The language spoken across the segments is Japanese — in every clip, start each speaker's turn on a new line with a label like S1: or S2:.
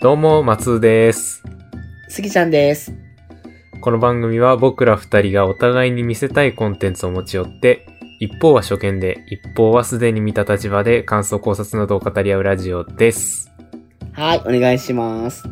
S1: どうも、松尾です。
S2: すぎちゃんです。
S1: この番組は僕ら二人がお互いに見せたいコンテンツを持ち寄って、一方は初見で、一方はすでに見た立場で感想考察などを語り合うラジオです。
S2: はい、お願いします。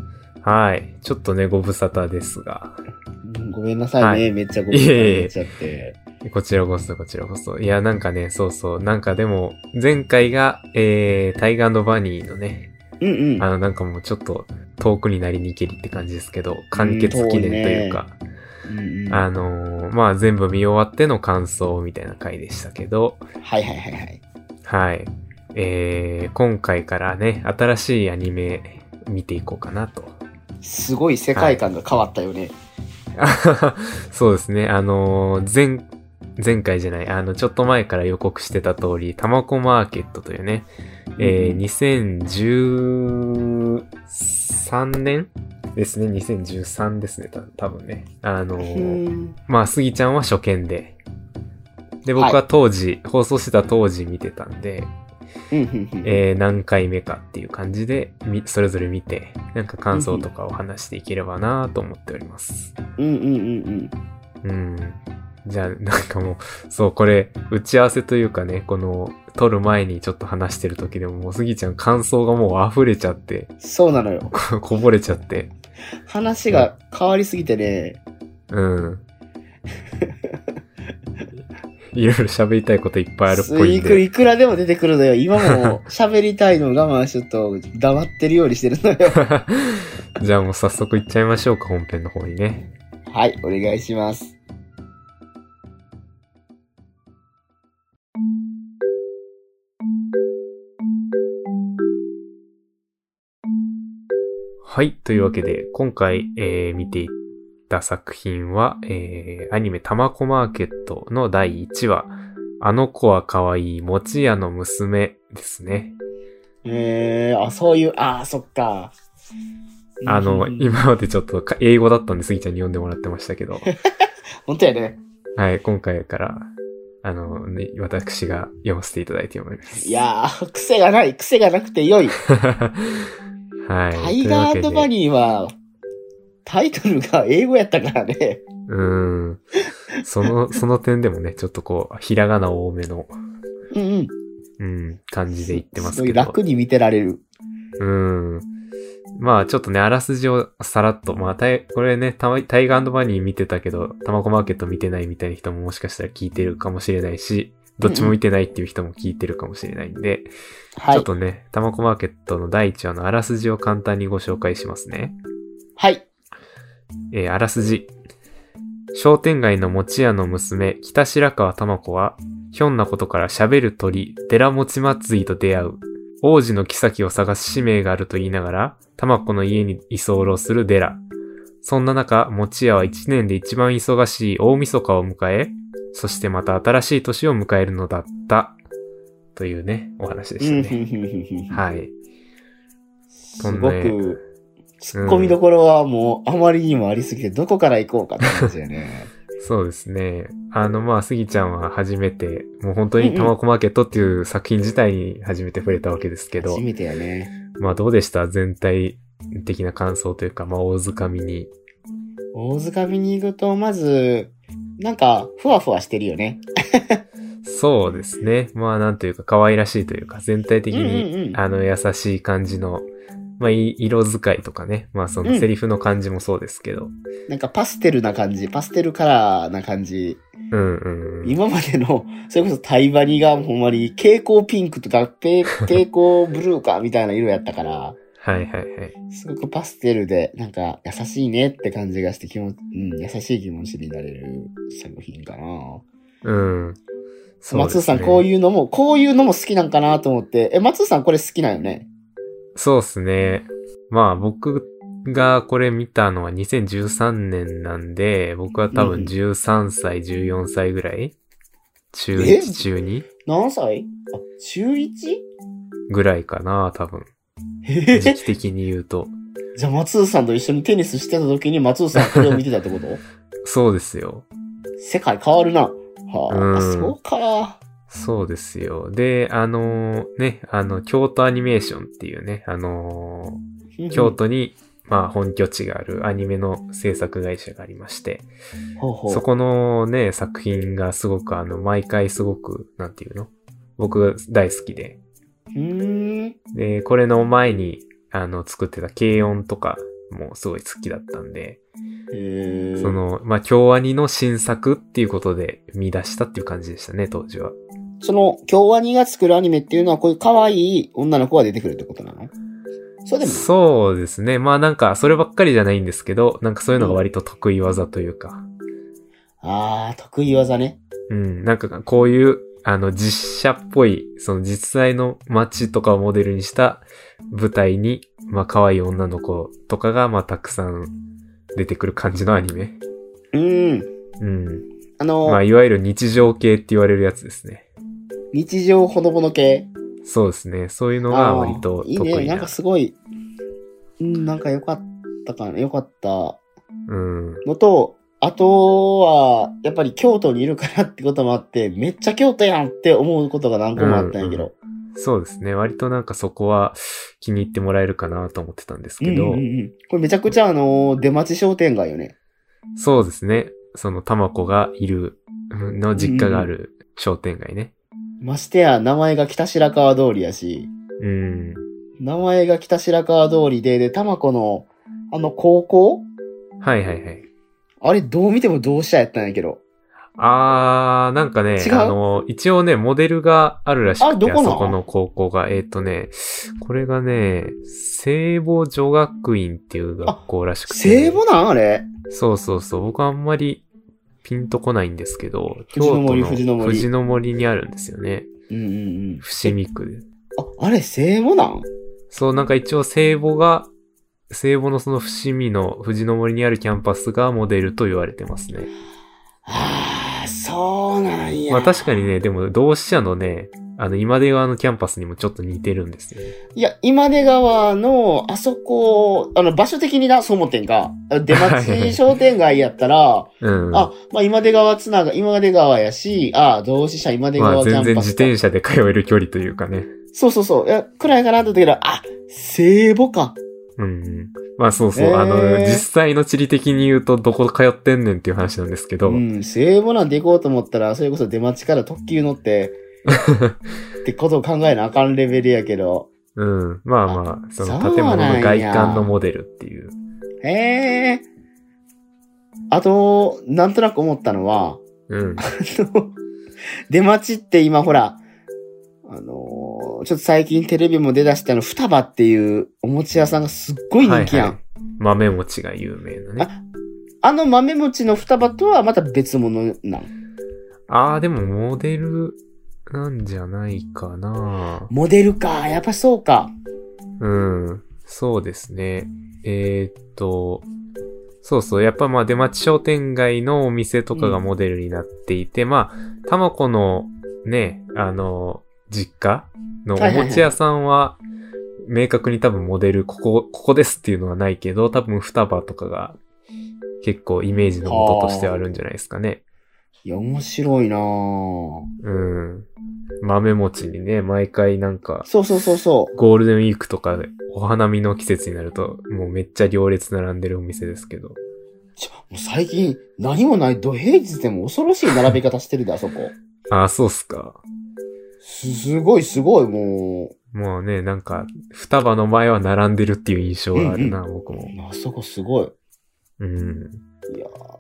S1: はい。ちょっとね、ご無沙汰ですが。
S2: うんごめんなさいね、
S1: はい
S2: めっちゃごめんなさいになっちゃって。
S1: こちらこそ、こちらこそ。いや、なんかね、そうそう。なんかでも、前回が、えー、タイガーバニーのね、
S2: うんうん。
S1: あの、なんかもうちょっと遠くになりにけりって感じですけど、完結記念というか、
S2: うんうん、
S1: あ
S2: はい
S1: のーまあ、全部見終わっての感想みたいな回でしたけど、
S2: はいはいはい。
S1: はい。えー、今回からね、新しいアニメ見ていこうかなと。
S2: すごい世界観が変わったよね。
S1: あははそうですね、あのー前、前回じゃない、あの、ちょっと前から予告してた通り、タマコマーケットというね、えー、
S2: うん
S1: 2013年ですね、2013ですね、た多分ね。あの
S2: う
S1: ー
S2: ん
S1: まあ、スギちゃんは初見で。で、
S2: はい
S1: 僕は当時、放送してた当時見てたんで、
S2: うんうんうん
S1: えー何回目かっていう感じで、みそれぞれ見て、なんか感想とかを話していければなと思っております。
S2: うんうんうん
S1: うん。じゃあ、なんかもう、そう、これ、打ち合わせというかね、この、撮る前にちょっと話してる時でも、もうスギちゃん感想がもう溢れちゃって、
S2: うん。そうなのよ。
S1: ここぼれちゃって。
S2: 話が変わりすぎてね。
S1: うん。いろいろ喋りたいこといっぱいあるっぽいん
S2: いく
S1: で。
S2: いくらでも出てくるのよ。今 も喋りたいのを我慢しとっと黙ってるようにしてるのよ。
S1: じゃあもう早速いっちゃいましょうか、本編の方にね。
S2: はい、お願いします。
S1: はい。というわけで、今回、えー見ていった作品は、えーアニメたまこマーケットの第1話、あの子は可愛い、もちやの娘ですね。
S2: えー、あ、そういう、あー、そっか。
S1: あ
S2: うんうん
S1: の、
S2: うん、
S1: 今までちょっとか英語だったんで、すぎちゃんに読んでもらってましたけ ど、
S2: 本当やね。
S1: はい、今回から、あの、ね、私が読ませていただいて思います。
S2: いやー、癖がない、癖がなくて良い。
S1: はい。
S2: タイガーバ
S1: ニー。
S2: ニーは、タイトルが英語やったからね。
S1: うん。その、その点でもね、ちょっとこう、ひらがな多めの、
S2: うんうん。
S1: うん、感じで言ってますす
S2: ご
S1: け
S2: い
S1: ど。
S2: 楽に見てられる。
S1: うん。まあちょっとね、あらすじをさらっと、まあタイ、これね、たまタイガーバニー見てたけど、タマコマーケット見てないみたいな人ももしかしたら聞いてるかもしれないし、どっちも見てないっていう人も聞いてるかもしれないんで、
S2: は
S1: ちょっ
S2: い。
S1: とね、タマコマーケットの第1話のあらすじを簡単にご紹介しますね。
S2: はい。
S1: えーあらすじ。商店街の餅屋の娘、北白川玉子は、ひょんなことから喋る鳥、寺餅祭りと出会う。王子の妃を探す使命があると言いながら、玉子の家に居候するデラ。そんな中、餅屋は一年で一番忙しい大晦日を迎え、そしてまた新しい年を迎えるのだった。というね、お話で
S2: う
S1: した
S2: ん
S1: ね。はい。
S2: すごく、突っ込みどころはもう、あまりにもありすぎて、どこから行こうかって感じだよね。
S1: そうですね。あの、まあ、スギちゃんは初めて、もう本当にタマコマーケットっていう作品自体に初めて触れたわけですけど
S2: 初、めてやね。
S1: まあ、どうでした全体的な感想というか、まあ、大掴みに。
S2: 大塚見に行くと、まず、なんか、ふわふわしてるよね。
S1: そうですね。まあ、なんというか、可愛らしいというか、全体的に、
S2: うんうんうん
S1: あの、優しい感じの、まあ、い色使いとかね。まあ、そのセリフの感じもそうですけど。
S2: なんかパステルな感じ、パステルカラーな感じ。
S1: うんうんうん。
S2: 今までの、それこそタイバニがほんまに蛍光ピンクとか ペ蛍光ブルーかみたいな色やったから、
S1: はいはいはい。
S2: すごくパステルで、なんか優しいねって感じがして気持ち、うん、優しい気持ちになれる作品かな。
S1: うん。そうです
S2: 松
S1: ね
S2: 尾さん、こういうのも、こういうのも好きなんかなと思って、え、松尾さんこれ好きなんよね
S1: そうっすね。まあ僕がこれ見たのは2013年なんで、僕は多
S2: うんう
S1: 分
S2: ん
S1: 13歳、14歳ぐらい中
S2: え
S1: 1、中2
S2: 何歳あ、中 1?
S1: ぐらいかな、多分。
S2: え
S1: 時期的に言うと。
S2: じゃあ松尾さんと一緒にテニスしてた時に松尾さんこれを見てたってこと
S1: そうですよ。
S2: 世界変わるな。はあ、あ
S1: うん
S2: そうか。
S1: そうですよ。で、あのーね、あの、京都アニメーションっていうね、あの京都に、まあ本拠地があるアニメの制作会社がありまして、
S2: ほうほう。
S1: そこのね、作品がすごくあの、毎回すごく、なんていうの僕大好きで。
S2: うーん。
S1: で、これの前に、あの、作ってた軽音とかもすごい好きだったんで、
S2: えー、
S1: その、まあ、京アニの新作っていうことで見出したっていう感じでしたね、当時は。
S2: その、京アニが作るアニメっていうのは、こういう可愛い女の子が出てくるってことなのそうでも、
S1: そうですね。まあなんか、そればっかりじゃないんですけど、なんかそういうのが割と得意技というか、
S2: あー、得意技ね。
S1: うん、なんかこういう、あの、実写っぽい、その実際の街とかをモデルにした舞台に、まあ可愛い女の子とかが、まあたくさん出てくる感じのアニメ。
S2: うーん。
S1: うん。
S2: あの、
S1: まあいわゆる日常系って言われるやつですね。
S2: 日常ほのぼの系。
S1: そうですね。そういうの
S2: あ
S1: が
S2: ー
S1: 割と
S2: いい
S1: 得
S2: ね。
S1: 意
S2: な
S1: な。
S2: んかすごい、うん、なんか良かったかな。良かった
S1: うん。
S2: のと、あとは、やっぱり京都にいるからってこともあって、めっちゃ京都やんって思うことが何個もあったんやけど。
S1: そうですね。割となんかそこは気に入ってもらえるかなと思ってたんです
S2: うん
S1: けど、
S2: うんうんこれめちゃくちゃあのー出待ち商店街よね。
S1: そうですね。その、たまこがいる、うんの実家がある商店街ね。
S2: ましてや、名前が北白川通りやし、
S1: うん。
S2: 名前が北白川通りで、で、玉子の、あの、高校
S1: はいはいはい。
S2: あれ、どう見ても同志社やったんやけど。
S1: あー、なんかね、
S2: 違う
S1: あの、一応ね、モデルがあるらし
S2: あ
S1: く
S2: ど
S1: て、
S2: こ
S1: あ
S2: なの
S1: そこの高校が、えっ、とね、これがね、聖母女学院っていう学校らしくて。
S2: 聖母なんあれ。
S1: そうそうそう。僕はあんまりピンとこないんですけど、
S2: 富士の森
S1: 京都
S2: 富士の森
S1: 富士の森にあるんですよね。
S2: うんうんうん。
S1: 伏見区で。
S2: あ、あれ、聖母なん
S1: そう、なんか一応聖母が、聖母のその伏見の富士の森にあるキャンパスがモデルと言われてますね。
S2: ああ、そうなんや。
S1: まあ確かにね、でも同志社のね、あの今出川のキャンパスにもちょっと似てるんですよね。
S2: いや、今出川の、あそこ、あの、場所的にな、そう思ってんか。出町商店街やったら、
S1: うん。
S2: あ、まあ、今出川つなが、今出川やし、あ、同志社今出
S1: まあ
S2: 川キャンパ
S1: 全
S2: ス
S1: 然
S2: か。
S1: 自転車で通える距離というかね。
S2: そうそうそう。いや、くらいかなと思ったけど、あ、聖母か。
S1: うんうん。まあそうそう、
S2: えー
S1: あの、実際の地理的に言うとどこ通ってんねんっていう話なんですけど、
S2: うん、聖母なんて行こうと思ったら、それこそ出待ちから特急乗 って、ってことを考えなあかんレベルやけど。
S1: うん。まあまあ、その
S2: そう
S1: 建物
S2: な
S1: の
S2: んや
S1: 外観のモデルっていう。
S2: へえ。あと、なんとなく思ったのは、
S1: うん。
S2: あの出待ちって今ほら、あのーちょっと最近テレビも出だしたの、双葉っていうお餅屋さんがすっごい人気やん。
S1: はいはい豆餅が有名なね。
S2: あの豆餅の双葉とはまた別物なん。
S1: ああ、でもモデルなんじゃないかな。
S2: モデルか、やっぱそうか。
S1: うん。そうですね。えーっと、そうそう。やっぱまあ出町商店街のお店とかがモデルになっていて、まあ、たまこのね、あの、実家のお餅屋さんは、明確に多分モデル、ここ、ここですっていうのはないけど、多分双葉とかが結構イメージの元としてはあるんじゃないですかね。
S2: いや、面白いなぁ。
S1: うん。豆餅にね、毎回なんか、
S2: そうそうそうそう。
S1: ゴールデンウィークとかでお花見の季節になると、もうめっちゃ行列並んでるお店ですけど。
S2: ちょもう最近、何もない土平日でも恐ろしい並び方してるで、あそこ。
S1: あ、そうっすか。
S2: す、すごいすごい、も
S1: もうね、なんか、双葉の前は並んでるっていう印象があるな、僕も。
S2: う。あそこすごい。
S1: うん。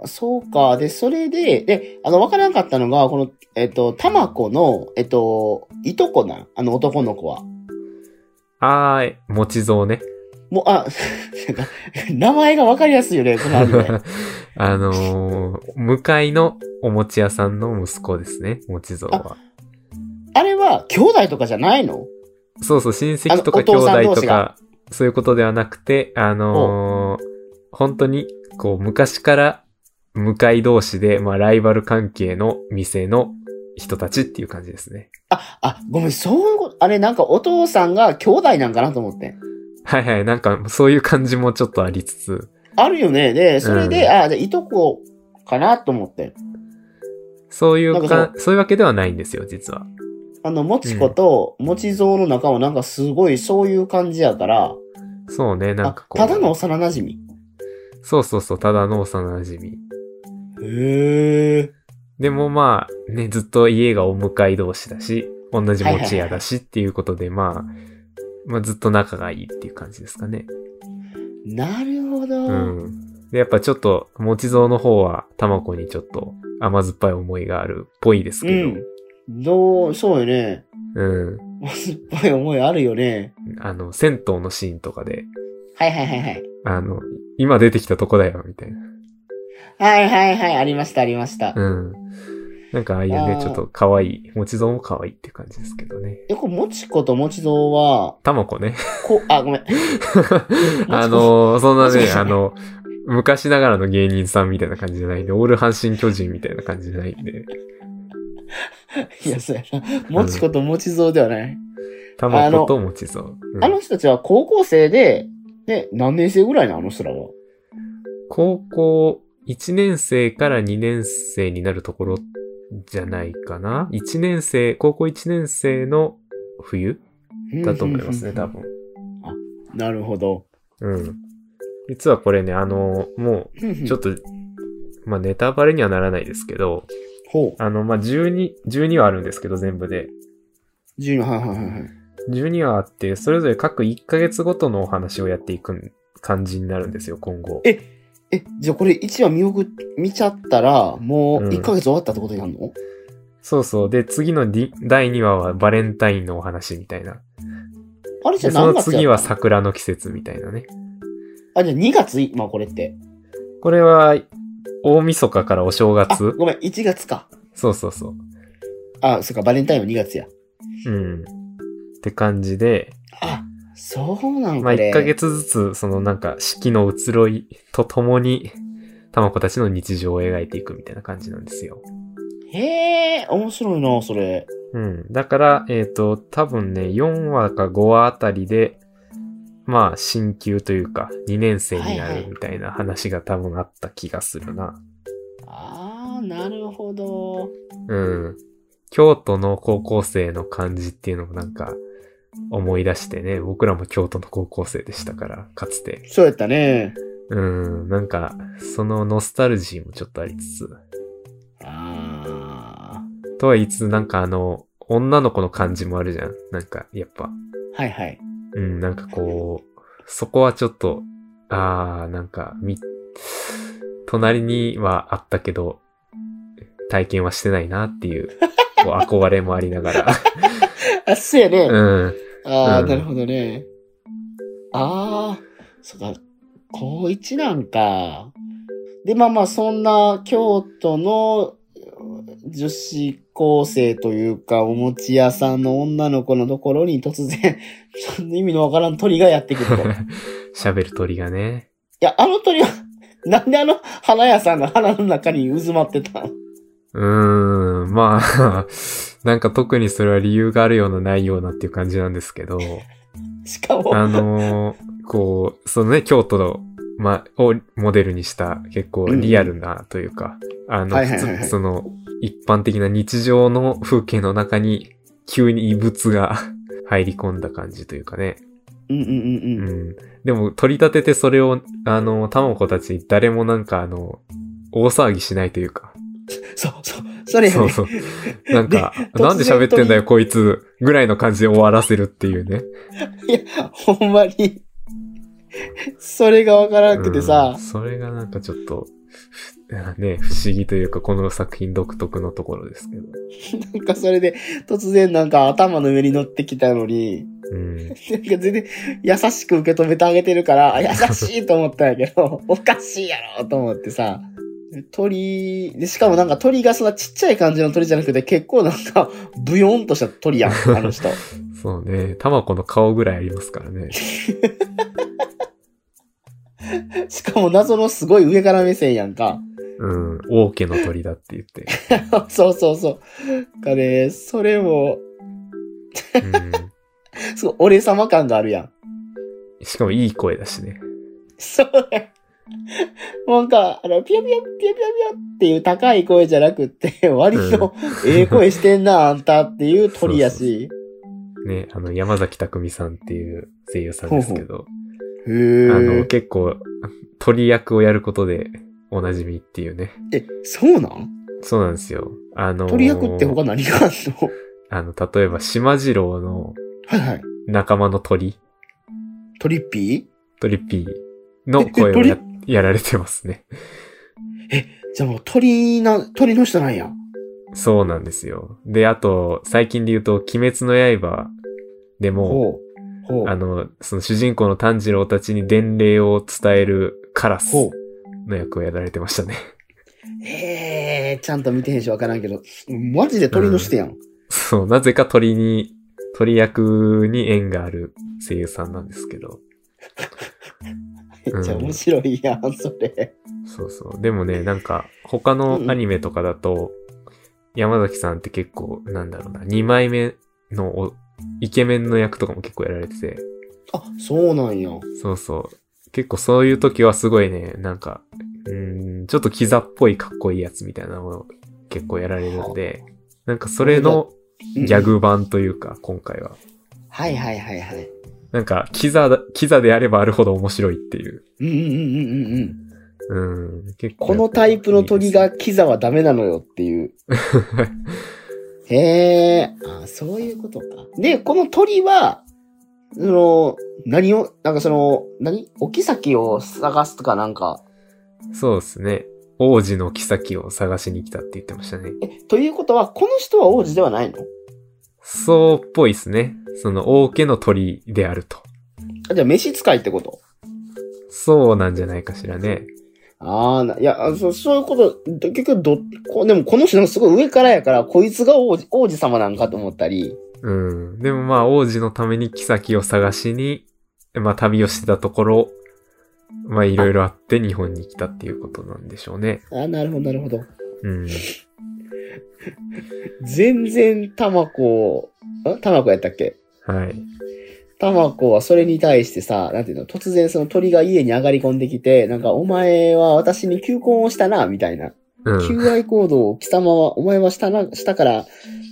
S2: あそうか。で、それで、で、あの、わからなかったのが、この、えっと、たまこの、えっと、いとこな、あの男の子は。
S1: あー、餅像ね。
S2: もう、あ、 なんか、名前がわかりやすいよね、このア ニメ。
S1: あのー、向かいのお餅屋さんの息子ですね、餅像は。
S2: あれは、兄弟とかじゃないの
S1: そうそう、親戚と
S2: あの
S1: か
S2: お
S1: 兄
S2: 父さん
S1: 弟
S2: 同
S1: と
S2: 士が
S1: か、そういうことではなくて、あのー本当に、こう、昔から、向かい同士で、まあ、ライバル関係の店の人たちっていう感じですね。
S2: あ、あ、ごめん、そういうこと、あれ、なんかお父さんが兄弟なんかなと思って。
S1: はいはい、なんか、そういう感じもちょっとありつつ、
S2: あるよね。で、それで、
S1: うん
S2: あ、で、いとこかなと思って。
S1: そういう
S2: なん
S1: か
S2: か、
S1: そういうわけではないんですよ、実は。
S2: あの、もちこと、もちぞうの中はなんかすごいそういう感じやから、
S1: そうね、なん
S2: あ
S1: か、こう。
S2: ただの幼馴染み。
S1: そうそうそう、ただの幼馴染み。
S2: へえ。
S1: でもまあ、ね、ずっと家がお向かい同士だし、同じ持ち家だしっていうことで、まあ、まあずっと仲がいいっていう感じですかね。
S2: なるほど。
S1: うん。で、やっぱちょっと、持ち蔵の方は、たまこにちょっと甘酸っぱい思いがあるっぽいですけど、
S2: うん。どう、そうよね。
S1: うん。
S2: 酸っぱい思いあるよね。
S1: あの、銭湯のシーンとかで、
S2: はいはいはいはい。
S1: あの、今出てきたとこだよ、みたいな。
S2: はいはいはい、ありましたありました。
S1: うん。なんかああいう
S2: あ
S1: ね、
S2: ー
S1: ちょっと可愛い。持ち蔵も可愛いって感じですけどね。
S2: え、これ、もちこともちぞうは、
S1: たまこね。
S2: こ、あ、ごめん。
S1: あのー、そんな
S2: もしも
S1: ね、
S2: し
S1: あの、昔ながらの芸人さんみたいな感じじゃないんで、オール阪神巨人みたいな感じじゃないんで、
S2: いや、そうやな。もちこともちぞうではない。
S1: たまこともちそう。うん
S2: あの人たちは高校生で、で、何年生ぐらいなのあの人らは。
S1: 高校1年生から2年生になるところじゃないかな。1年生、高校1年生の冬だと思いますね、
S2: うんうん
S1: 多
S2: うん
S1: 分。
S2: なるほど。
S1: うん。実はこれね、あのー、もう、ちょっ
S2: と。
S1: と、まあ、ネタバレにはならないですけど、
S2: ほ
S1: あの、まあ、12、12はあるんですけど、全部で。
S2: う。12、はいはいはいはい。
S1: 12話あって、それぞれ各1ヶ月ごとのお話をやっていく感じになるんですよ、今後。
S2: ええ、じゃあこれ1話見送っ、見ちゃったら、もう
S1: うん
S2: 1ヶ月終わったってことになるの、
S1: そうそう。で、次のり第2話はバレンタインのお話みたいな。
S2: あれじゃ
S1: で、
S2: あ
S1: そ
S2: 何
S1: の
S2: 月や
S1: 次は桜の季節みたいなね。
S2: あ、じゃあ2月い、まあこれって。
S1: これは、大晦日からお正
S2: あ、
S1: 月
S2: ごめん、1月か。
S1: そうそうそ
S2: あ、そっか、バレンタインは2月や。
S1: う。うん。って感じで、
S2: あ、そうなん
S1: まあ
S2: これ。
S1: 1ヶ月ずつ、そのなんか四季の移ろいとともに、たまこたちの日常を描いていくみたいな感じなんですよ。
S2: へえ、面白いな、それ。
S1: うん。だから、えっ、と、多分ね、4話か5話あたりで、まあ、進級というか、2年生にな
S2: はいはい
S1: るみたいな話が多分あった気がするな。
S2: あー、なるほど。
S1: うん。京都の高校生の感じっていうのもなんか、思い出してね、僕らも京都の高校生でしたから、かつて。
S2: そうやったね。
S1: うん、なんか、そのノスタルジーもちょっとありつつ。
S2: あ
S1: とは言いつつ、なんかあの、女の子の感じもあるじゃん。なんか、やっぱ。
S2: ー。はいはい。
S1: うん、なんかこう、そこはちょっと、あー、なんか、み、隣にはあったけど、体験はしてないなっていう、こう 憧れもありながら。
S2: あ、そうやね。
S1: うん。
S2: ああ、
S1: うん
S2: なるほどね。ああ、そっか、高一なんか。で、まあまあ、そんな京都のうん女子高生というか、お餅屋さんの女の子のところに突然、 そんな意味のわからん鳥がやってくると。い
S1: 喋る鳥がね。
S2: や、あの鳥は、なんであの花屋さんの花の中に渦まってたの
S1: うーん、まあ、なんか特にそれは理由があるようなないようなっていう感じなんですけど、
S2: しかも、
S1: あのーこう、そのね、京都の、まあ、をモデルにした結構リアルなというか、あの、
S2: はいはいはいはい
S1: 普通その、一般的な日常の風景の中に、急に異物が 入り込んだ感じというかね。
S2: うんうんう
S1: う
S2: んうん。
S1: ん。でも、取り立ててそれを、あの、たまこたち、誰もなんかあの、大騒ぎしないというか。
S2: そうそう、それやね。
S1: そうそう。なん か、
S2: で
S1: なんで喋ってんだよ、こいつ、ぐらいの感じで終わらせるっていうね。
S2: ほんまに。それがわからなくてさ
S1: うん、それがなんかちょっと、ふね、不思議というか、この作品独特のところですけど。
S2: なんかそれで突然なんか頭の上に乗ってきたのに、
S1: うん。
S2: なんか全然優しく受け止めてあげてるから、あ優しいと思ったんやけど、 おかしいやろと思ってさ、鳥、で、しかもなんか鳥がそんなちっちゃい感じの鳥じゃなくて結構なんかブヨンとした鳥やん、あの人。
S1: そうね、タマコの顔ぐらいありますからね。
S2: しかも謎のすごい上から目線やんか。
S1: うん。王家の鳥だって言って。
S2: そうそうそう。かね、それも、
S1: うん。
S2: すごい俺様感があるやん。
S1: しかもいい声だしね。
S2: そうや。なんか、あの、ピヨピヨ、ピヨピヨピヨっていう高い声じゃなくって、割と、ええ声してんな、あんたっていう鳥やし。
S1: ね、あの、山崎匠さんっていう声優さんですけど、
S2: へ
S1: あ
S2: え。
S1: の、結構、鳥役をやることでおなじみっていうね。
S2: え、そうなん
S1: そうなんですよ。あのー
S2: 鳥役って他何があんの
S1: あの、例えば、島次郎の
S2: はいはい。
S1: 仲間の鳥、
S2: トリッピー
S1: 鳥ピーの声をややられてますね。
S2: じゃあもう鳥な、鳥の人なんや。
S1: そうなんですよ。で、あと、最近で言うと、鬼滅の刃でも、
S2: ほう。ほう。
S1: あの、その主人公の炭治郎たちに伝令を伝えるカラス
S2: ほう。
S1: の役をやられてましたね。
S2: ええー、ちゃんと見てへんしわからんけど、マジで鳥の人やん。
S1: そう、なぜか鳥に、鳥役に縁がある声優さんなんですけど。
S2: めっちゃ面白いやん、それ。
S1: そうそう。でもね、なんか、他のアニメとかだと、山崎さんって結構、なんだろうな、2枚目のおイケメンの役とかも結構やられてて、
S2: あ、そうなんや。
S1: そうそう。結構そういう時はすごいね、なんか、うーん、ちょっとキザっぽいかっこいいやつみたいなのを結構やられるんで、なんかそれの
S2: うん
S1: ギャ。グ版というか、今回は。
S2: はいはいはいはい。
S1: なんか、キザだ、キザであればあるほど面白いっていう。
S2: うんうんうんうんうんうん。
S1: うん、結構。
S2: このタイプの鳥が。キザはダメなのよっていう。へえ、あそういうことか。で、この鳥は、その、何を、なんかその、何お妃を探すとかなんか、
S1: そうですね。王子の妃を探しに来たって言ってましたね。
S2: え、ということは、この人は王子ではないの
S1: そうっぽいですね。その王家の鳥であると。
S2: あじゃあ、召使いってこと
S1: そうなんじゃないかしらね。
S2: ああ、ないや、あそそういうこと、で結局ど、こでもこの人のすごい上からやから、こいつが王子王子様なんかと思ったり、
S1: うん。でもまあ王子のために妃を探しに、まあ旅をしてたところ、まあいろいろあって日本に来たっていうことなんでしょうね。
S2: ああ、なるほど、なるほど。
S1: うん。
S2: 全然、タマコ、あタマコやったっけ
S1: はい。
S2: タマコはそれに対してさ、なんていうの、突然その鳥が家に上がり込んできて、なんか、お前は私に求婚をしたな、みたいな。
S1: うん。
S2: 求愛行動を貴様は、お前はしたな、したから、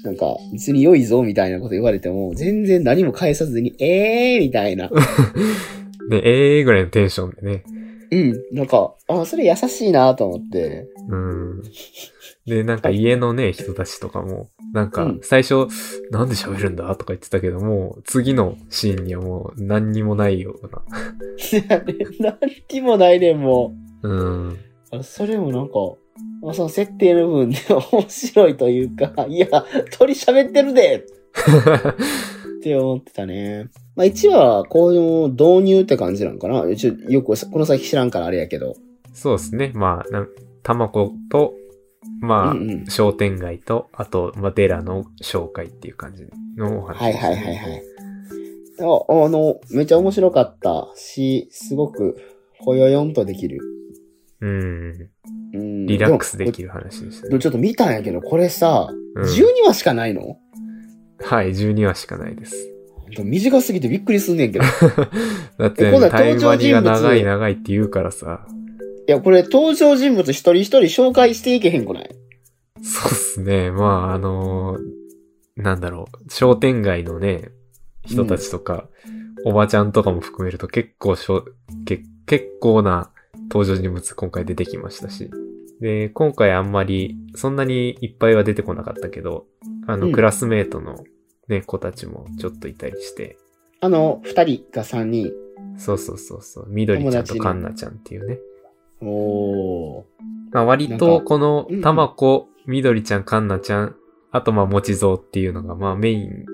S2: なんか、別に良いぞ、みたいなこと言われても、全然何も返さずに、えー、みた いな。
S1: で、ええぐらいのテンションでね。
S2: うん。なんか、あ、それ優しいなと思って。
S1: うん。で、なんか家のね、人たちとかも、なん
S2: う
S1: か
S2: ん
S1: 最初、なんで喋るんだとか言ってたけども、次のシーンにはもう何にもないような。
S2: 何にもないねん、も
S1: うん。
S2: うあ。それもなんか、まあ、その設定の部分で面白いというか、 いや、鳥喋ってるでって思ってたね。まあ、1話はこういう導入って感じなんかな。ちょよくこの先知らんからあれやけど。
S1: そうですね。まあ、なんタマコと、まあ、
S2: うんうん
S1: 商店街と、あと、まあ、デラの紹介っていう感じのお話
S2: はい
S1: です、ね。
S2: はいはいはい。ああの、めっちゃ面白かったし、すごく、ほよよんとできる。
S1: うん。
S2: うん。
S1: リラックスでき
S2: る。
S1: る話でした
S2: でも
S1: ね。
S2: ちょっと見たんやけど、これさ、
S1: うん
S2: 12話しかないの
S1: はい、12話しかないです。
S2: 短すぎてびっくりすんねんけど。い
S1: だって、
S2: え今度は
S1: タイムマニが
S2: 登場人物
S1: 長い長いって言うからさ。
S2: や、これ登場人物一人一人紹介していけへんくない
S1: そうっすね。まあ、あのーなんだろう、商店街のね、人たちとか、おばちゃんとかも含めると結構しょ、け結構な登場人物今回出てきましたし。で、今回あんまり、そんなにいっぱいは出てこなかったけど、あの、
S2: うん
S1: クラスメートのね、子たちもちょっといたりして、
S2: あの、二人か三人。
S1: そうそうそうそう、みどりちゃんと
S2: 友達の
S1: かんなちゃんっていうね。
S2: おー。
S1: まあ、割
S2: なん
S1: と
S2: か
S1: この
S2: うんうん
S1: たまこ、みどりちゃん、かんなちゃん、あとまあもちぞうっていうのがまあメイン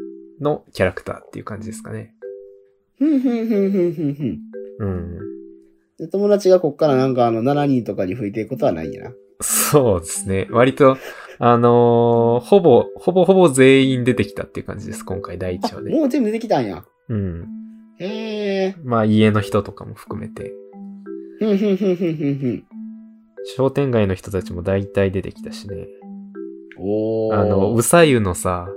S1: のキャラクターっていう感じですかね。
S2: ふんふんふんふんふんふん。
S1: うん。
S2: で友達がこっからなんかあの、7人とかに吹いていくことはないんやな。
S1: そうですね。割と、あのーほぼ、ほぼほぼ全員出てきたっていう感じです。今回第一
S2: あ、
S1: 話で。
S2: もう全部出てきたんや。
S1: うん。
S2: へえ。
S1: まあ家の人とかも含めて、
S2: ふんふんふんふんふんふん。
S1: 商店街の人たちも大体出てきたしね。
S2: おー。
S1: あの、うさゆのさ、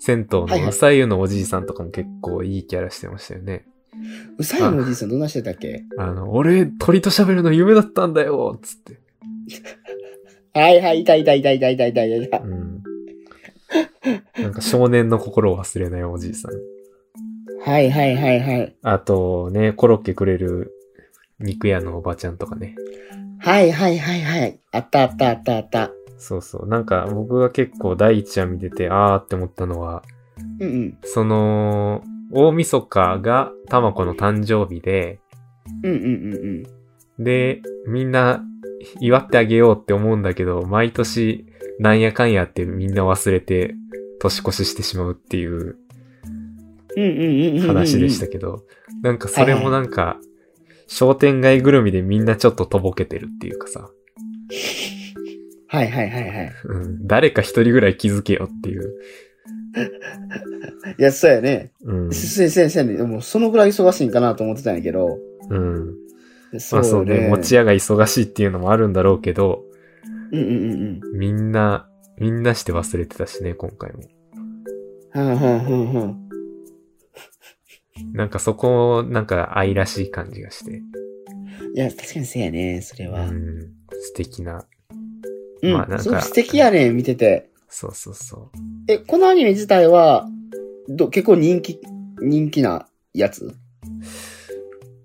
S1: 銭湯
S2: はいは
S1: の
S2: いう
S1: さゆのおじいさんとかも結構いいキャラしてましたよね。
S2: うさぎのおじいさんどんなしてたっけ
S1: あの、俺、鳥と喋るの夢だったんだよつって。
S2: はいはい、いたいたいたいたいたいたいた
S1: う。ん。なんか少年の心を忘れないおじいさん。
S2: はいはいはいはい。
S1: あとね、コロッケくれる肉屋のおばちゃんとかね。
S2: はいはいはいはい。あったあったあったあった。
S1: そうそう。なんか僕が結構第一話見てて、あーって思ったのは、
S2: うんうん。
S1: その、大晦日がタマコの誕生日で、
S2: うんうんうんうん。
S1: で、みんな祝ってあげようって思うんだけど、毎年なんやかんやってみんな忘れて年越ししてしまうっていう
S2: うんうんうんうんうん。
S1: 話でしたけど、なんかそれもなんか、商店街ぐるみでみんなちょっととぼけてるっていうかさ、
S2: はいはいはいはい。
S1: うん、誰か一人ぐらい気づけよっていう。
S2: いや、そうやね。
S1: うん。
S2: 先生、先生、もうそのぐらい忙しいんかなと思ってたんやけど。
S1: うん。
S2: そ
S1: まあそううね、
S2: ね。
S1: 持ち屋が忙しいっていうのもあるんだろうけど、
S2: うんうんうんうん。
S1: みんな、みんなして忘れてたしね、今回も。
S2: はんはんはんはん。
S1: なんかそこ、なんか愛らしい感じがして。
S2: いや、確かにそうやね、それ
S1: う
S2: は。うん、
S1: ん。素敵な。まあなんか
S2: すごく素敵やね、見てて。
S1: そうそうそ
S2: え、このアニメ自体は、ど結構人気、人気なやつ
S1: う。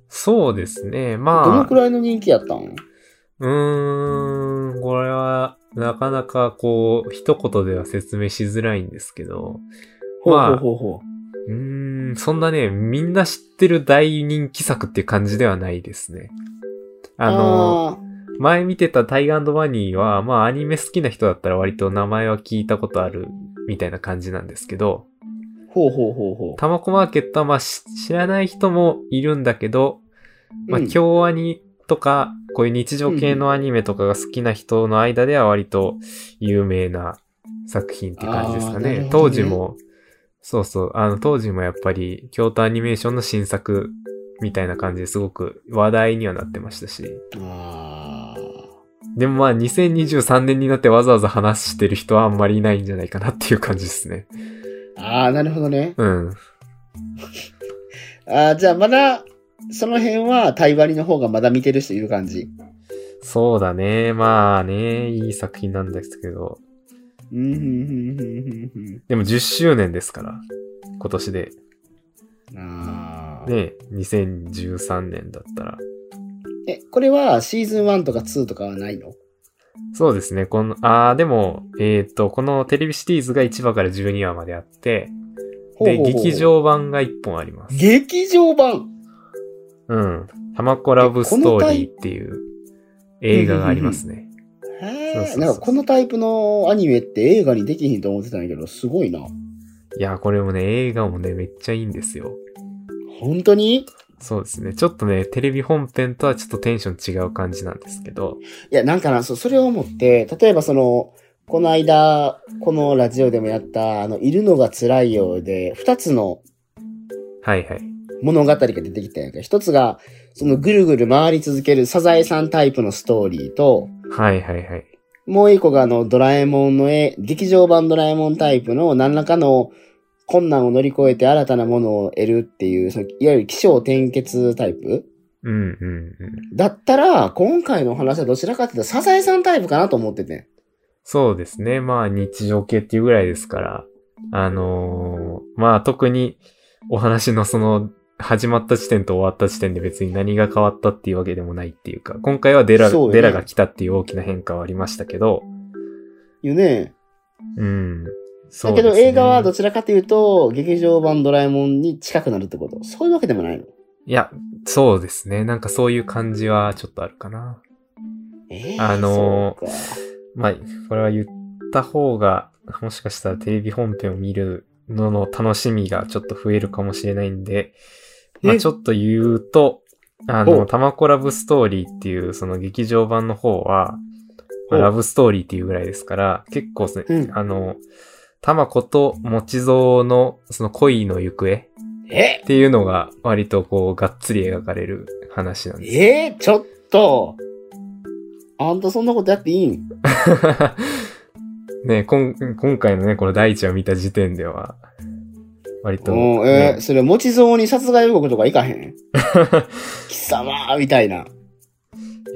S1: そうですね。
S2: どの
S1: ま
S2: く
S1: あ、
S2: らいの人気やったん
S1: うーん、これは、なかなかこう、一言では説明しづらいんですけど、
S2: ほう
S1: まあ
S2: ほうほうほ
S1: うーん、そんなね、みんな知ってる大人気作って感じではないですね。
S2: う。
S1: あの、前見てたタイガーバニーは、まあアニメ好きな人だったら割と名前は聞いたことあるみたいな感じなんですけど、
S2: ーほうほうほうほう。
S1: タマコマーケットはまあし知らない人もいるんだけど、まあ
S2: うん
S1: 京アニとか、こういう日常系のアニメとかが好きな人の間では割と有名な作品って感じですかね。
S2: あーなるほどね
S1: 当時も、そうそう、あの当時もやっぱり京都アニメーションの新作みたいな感じですごく話題にはなってましたし、
S2: あ
S1: でもまあ2023年になってわざわざ話してる人はあんまりいないんじゃないかなっていう感じですね。
S2: ーあー、なるほどね。
S1: うん。
S2: あーじゃあまだ、その辺は、タイバリの方がまだ見てる人いる感じ。
S1: そうだね。まあね、いい作品なんですけど。
S2: うん、ふんふんふんふんふん
S1: でも10周年ですから。今年で。
S2: あー
S1: ね、2013年だったら。
S2: え、これはシーズン1とか2とかはないの
S1: そうですね。この、あーでも、えっ、と、このテレビシリーズが1話から12話まであって、で、
S2: ほうほうほう
S1: 劇。場版が1本あります。
S2: 劇場版
S1: うん。タマコラブストーリーっていう映画がありますね。
S2: へ
S1: そうそうそ
S2: ー
S1: う
S2: なんかこのタイプのアニメって映画にできひんと思ってたんやけど、すごいな。
S1: いや、これもね、映画もね、めっちゃいいんですよ。
S2: 本当に
S1: そうですね。ちょっとね、テレビ本編とはちょっとテンション違う感じなんですけど。
S2: いや、なんかな、そう、それを思って、例えばその、この間、このラジオでもやった、あの、いるのが辛いようで、二つの
S1: はいはい。
S2: 物語が出てきたんやけど、一つが、そのぐるぐる回り続けるサザエさんタイプのストーリーと、
S1: はいはいはい。
S2: もう一個があの、ドラえもんの絵、劇場版ドラえもんタイプの何らかの困難を乗り越えて新たなものを得るっていう、そのいわゆる起承転結タイプ
S1: うんうんうん。
S2: だったら、今回のお話はどちらかっていうと、サザエさんタイプかなと思ってて。
S1: そうですね。まあ、日常系っていうぐらいですから。あのーまあ、特にお話のその、始まった時点と終わった時点で別に何が変わったっていうわけでもないっていうか、今回はデラ、
S2: そうよね
S1: デラが来たっていう大きな変化はありましたけど、
S2: よね。
S1: うん。そ
S2: だ
S1: う
S2: け
S1: ですね
S2: ど映画はどちらかというと、劇場版ドラえもんに近くなるってこと。そういうわけでもないの。
S1: いや、そうですね。なんかそういう感じはちょっとあるかな。
S2: ええ
S1: あの
S2: そうか
S1: まあ、これは言った方が、もしかしたらテレビ本編を見るのの楽しみがちょっと増えるかもしれないんで、まあ
S2: え
S1: ちょっと言うと、あ
S2: ほ
S1: の、
S2: う
S1: タマコラブストーリーっていう、その劇場版の方は、ま
S2: ほ
S1: あ
S2: う
S1: ラブストーリーっていうぐらいですから、結構ですね、
S2: うん
S1: あの、タマコとモチゾウのその恋の行方っ
S2: え
S1: ていうのが割とこう、がっつり描かれる話なんです
S2: ええちょっとあんたそんなことやっていいん
S1: ねこん、今回のね、この第一話見た時点では、割と、
S2: うん、えー
S1: ね
S2: それ、持ち蔵に殺害予告とかいかへ ん貴様みたいな。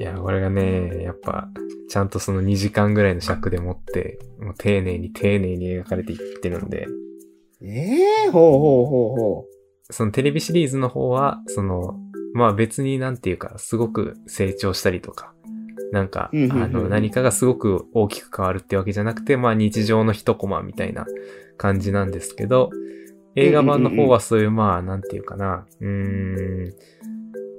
S1: いや、これがね、やっぱ、ちゃんとその2時間ぐらいの尺でもって、もう丁寧に丁寧に描かれていってるんで、
S2: ええほうほうほうほ
S1: そのテレビシリーズの方は、その、まあ別になんていうか、すごく成長したりとか、なんか、あ
S2: うんうんうん
S1: の、何かがすごく大きく変わるってわけじゃなくて、まあ日常の一コマみたいな感じなんですけど、映画版の方はそういう、まあなんていうかな、うーん、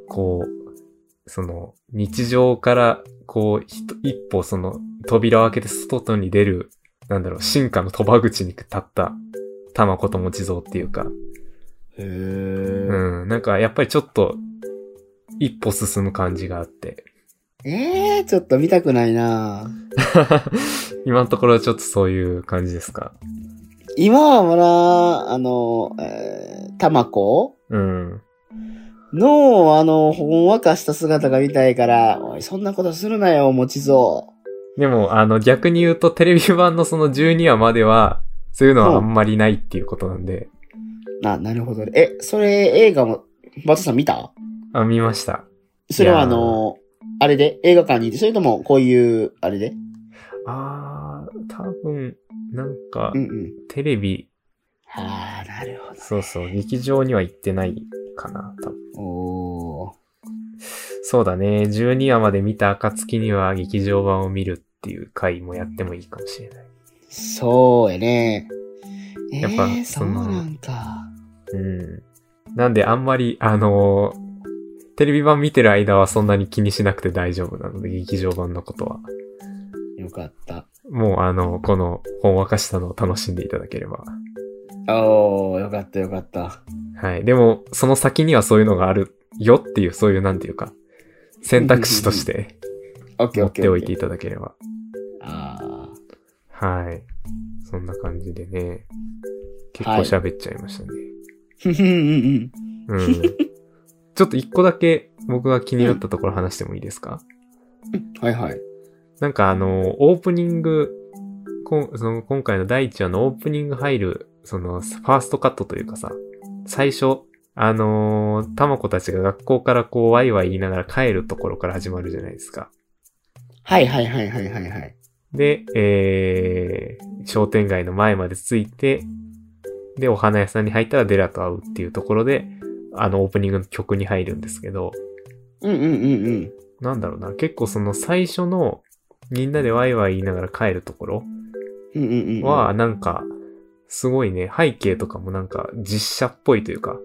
S1: こう、その、日常から、こう、ひと一歩その、扉を開けて外に出る、なんだろう、進化の賭場口に立った、玉子友地蔵っていうか、
S2: へえ。
S1: うん、なんかやっぱりちょっと、一歩進む感じがあって。
S2: ええー、ちょっと見たくないな
S1: 今のところはちょっとそういう感じですか。
S2: 今はまだ、あの、えー、たまこ
S1: うん。
S2: の、あの、ほんわかした姿が見たいから、おい、そんなことするなよ、もちぞ
S1: でも、あの、逆に言うと、テレビ版のその12話までは、そういうのはあんまりないっていうことなんで、
S2: な、なるほどね。え、それ映画も、バトさん見た
S1: あ、見ました。
S2: それ
S1: い
S2: は
S1: やー
S2: あの、あれで映画館に行って、それともこういう、あれで
S1: あー、多分、なんか
S2: う、んうん。
S1: テレビ、
S2: ああ、なるほ
S1: そうそう、劇場には行ってないかな、多分。
S2: ど。おー。
S1: そうだね、12話まで見た暁には劇場版を見るっていう回もやってもいいかもしれない。
S2: そうやね。え
S1: やっぱ
S2: ー、そ
S1: そうの
S2: なんか。
S1: うん。なんであんまり、あのーテレビ版見てる間はそんなに気にしなくて大丈夫なので、劇場版のことは。
S2: よかった。
S1: もうあの、この、ほんわかしたのを楽しんでいただければ。
S2: おー、よかったよかった。
S1: はい。でも、その先にはそういうのがあるよっていう、そういう、なんていうか、選択肢として
S2: オッケー
S1: 持
S2: オッ
S1: っ
S2: ケー。
S1: て
S2: オ
S1: お
S2: ッ
S1: い
S2: ケ
S1: て
S2: ー
S1: いただければ。
S2: ああ。
S1: はい。そんな感じでね。結構
S2: はい
S1: 喋っちゃいましたね。
S2: ふふんうん
S1: うん。ちょっと一個だけ僕が気になったところ話してもいいですか、
S2: うん。はいはい。
S1: なんかあの、オープニング、こんその今回の第1話のオープニング入る、その、ファーストカットというかさ、最初、あのー、たまこたちが学校からこう、ワイワイ言いながら帰るところから始まるじゃないですか。
S2: はいはいはいはいはいはい。
S1: で、えー、商店街の前まで着いて、で、お花屋さんに入ったらデラと会うっていうところで、あの、オープニングの曲に入るんですけど、
S2: うんうんうんうん。
S1: なんだろうな、結構その最初の、みんなでワイワイ言いながら帰るところ、
S2: うんうんうんうん。
S1: は、なんか、すごいね、背景とかもなんか実写っぽいというか、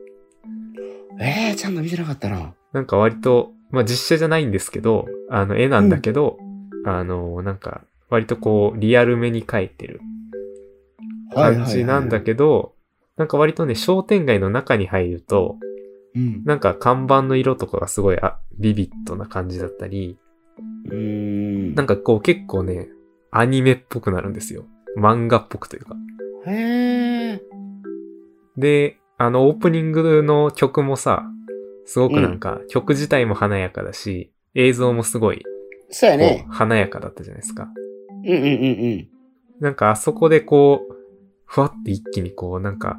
S2: えー、ちゃんと見てなかったな。
S1: なんか割と、まあ実写じゃないんですけど、あの絵なんだけど、あの、なんか、割とこう、リアルめに描いてる感じなんだ
S2: ど。
S1: けど、なんか割とね、商店街の中に入ると、
S2: うん。
S1: なんか看板の色とかがすごいあビビッドな感じだったり、
S2: うーん。
S1: なんかこう結構ね、アニメっぽくなるんですよ。漫画っぽくというか。
S2: へえ。
S1: で、あの、オープニングの曲もさ、すごくなんか、曲自体も華やかだし、映像もすごい、
S2: そうや
S1: こ
S2: ね
S1: う、。華やかだったじゃないですか。
S2: うんうんうん
S1: なんか、あそこでこう、ふわって一気にこう、なんか、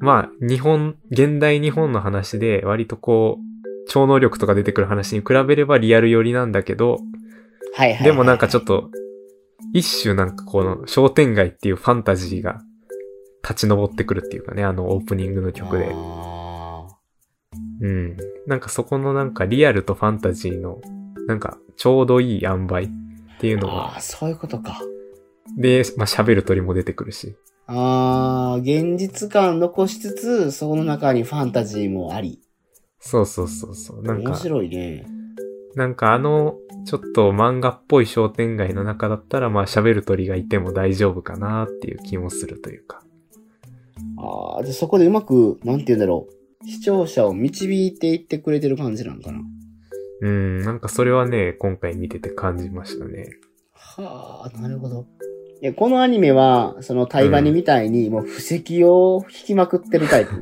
S1: まあ、日本、現代日本の話で、割とこう、超能力とか出てくる話に比べればリアル寄りなんだけど、
S2: うん。はいはいはい。
S1: でもなんかちょ
S2: っ
S1: っと、一種なんかこの商店街っていうファンタジーが立ち上ってくるっていうかね、あのオープニングの曲で。
S2: あ
S1: うん。なんかそこのなんかリアルとファンタジーの、なんかちょうどいい塩梅っていう
S2: ー
S1: の
S2: あ
S1: が、
S2: ー、そういうことか。
S1: で、まあ、喋る鳥も出てくるし。
S2: ああ、現実感残しつつ、そこの中にファンタジーもあり。
S1: そうそうそうそう。なん
S2: 面
S1: か、
S2: 白いね。
S1: なんかあの、ちょっと漫画っぽい商店街の中だったら、まあ喋る鳥がいても大丈夫かなっていう気もするというか。
S2: ああ、じゃあそこでうまく、なんて言うんだろう。視聴者を導いていってくれてる感じなんかな。
S1: うん、なんかそれはね、今回見てて感じましたね。
S2: はあ、なるほど。いや、このアニメは、その対話にみたいに、もう布石を引きまくってるタ イプ。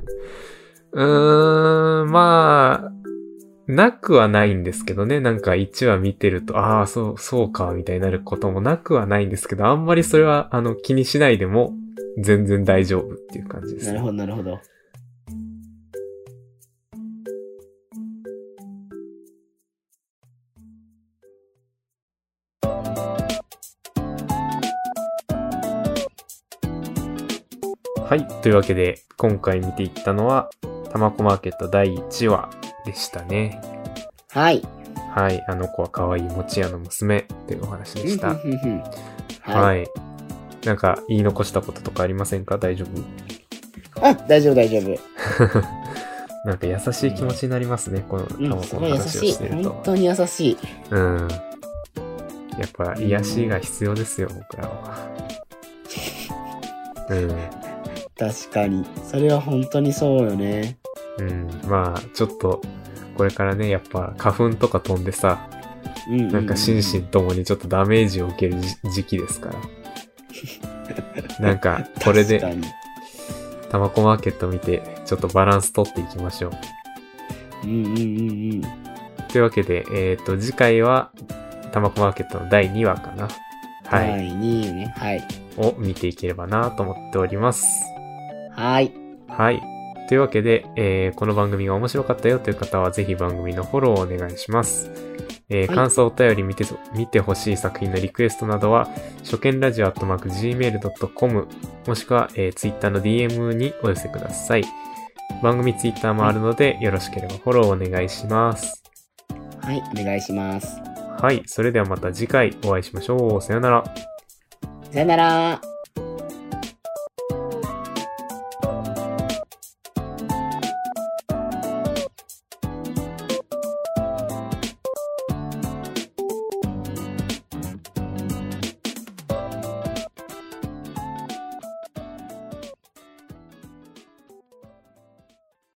S1: うーん、まあ、なくはないんですけどね。なんか1話見てると、ああ、そう、そうか、みたいになることもなくはないんですけど、あんまりそれは、あの、気にしないでも、全然大丈夫っていう感じです
S2: なる
S1: ね
S2: ほ。ど、なるほど。
S1: はい。というわけで、今回見ていったのは、たまこマーケット第1話でしたね。
S2: はい。
S1: はい。あの子は可愛い餅屋の娘というお話でした。
S2: うんうんうんうん。
S1: はいい。なんか言い残したこととかありませんか大丈夫
S2: あ、大丈夫大丈夫。
S1: なんか優しい気持ちになりますね、このタ
S2: う
S1: マ
S2: ん、す
S1: コの
S2: ごい優
S1: 話を
S2: しい。
S1: してる
S2: 本
S1: と。
S2: 当に優しい。
S1: うん。やっぱ癒しが必要ですよ、僕らは。う
S2: 確かに。それは本当にそうよね。
S1: ん。うん。まあ、ちょっと、これからね、やっぱ花粉とか飛んでさ、
S2: うんうう
S1: なんか心身ともにちょっとダメージを受ける時時期です から。なんか、これ
S2: 確
S1: で、
S2: かに
S1: タマコマーケット見て、ちょっとバランス取っていきましょう。
S2: うんうんうんうん。
S1: というわけで、えっ、と、次回は、タマコマーケットの第2話かな。はい。
S2: 第2位ね。はい。
S1: を見ていければなと思っております。
S2: はい。
S1: はい。というわけで、えーこの番組が面白かったよという方は、ぜひ番組のフォローをお願いします。えー
S2: はい
S1: 感想お便り見てぞ、見てほしい作品のリクエストなどは、初見ラジオアットマーク gmail.com、もしくは、えー、Twitter の DM にお寄せください。番組 Twitter もあるので、よろしければフォローお願いします。
S2: はい。お願いします。
S1: はい、それではまた次回お会いしましょう。さよなら。
S2: さよなら。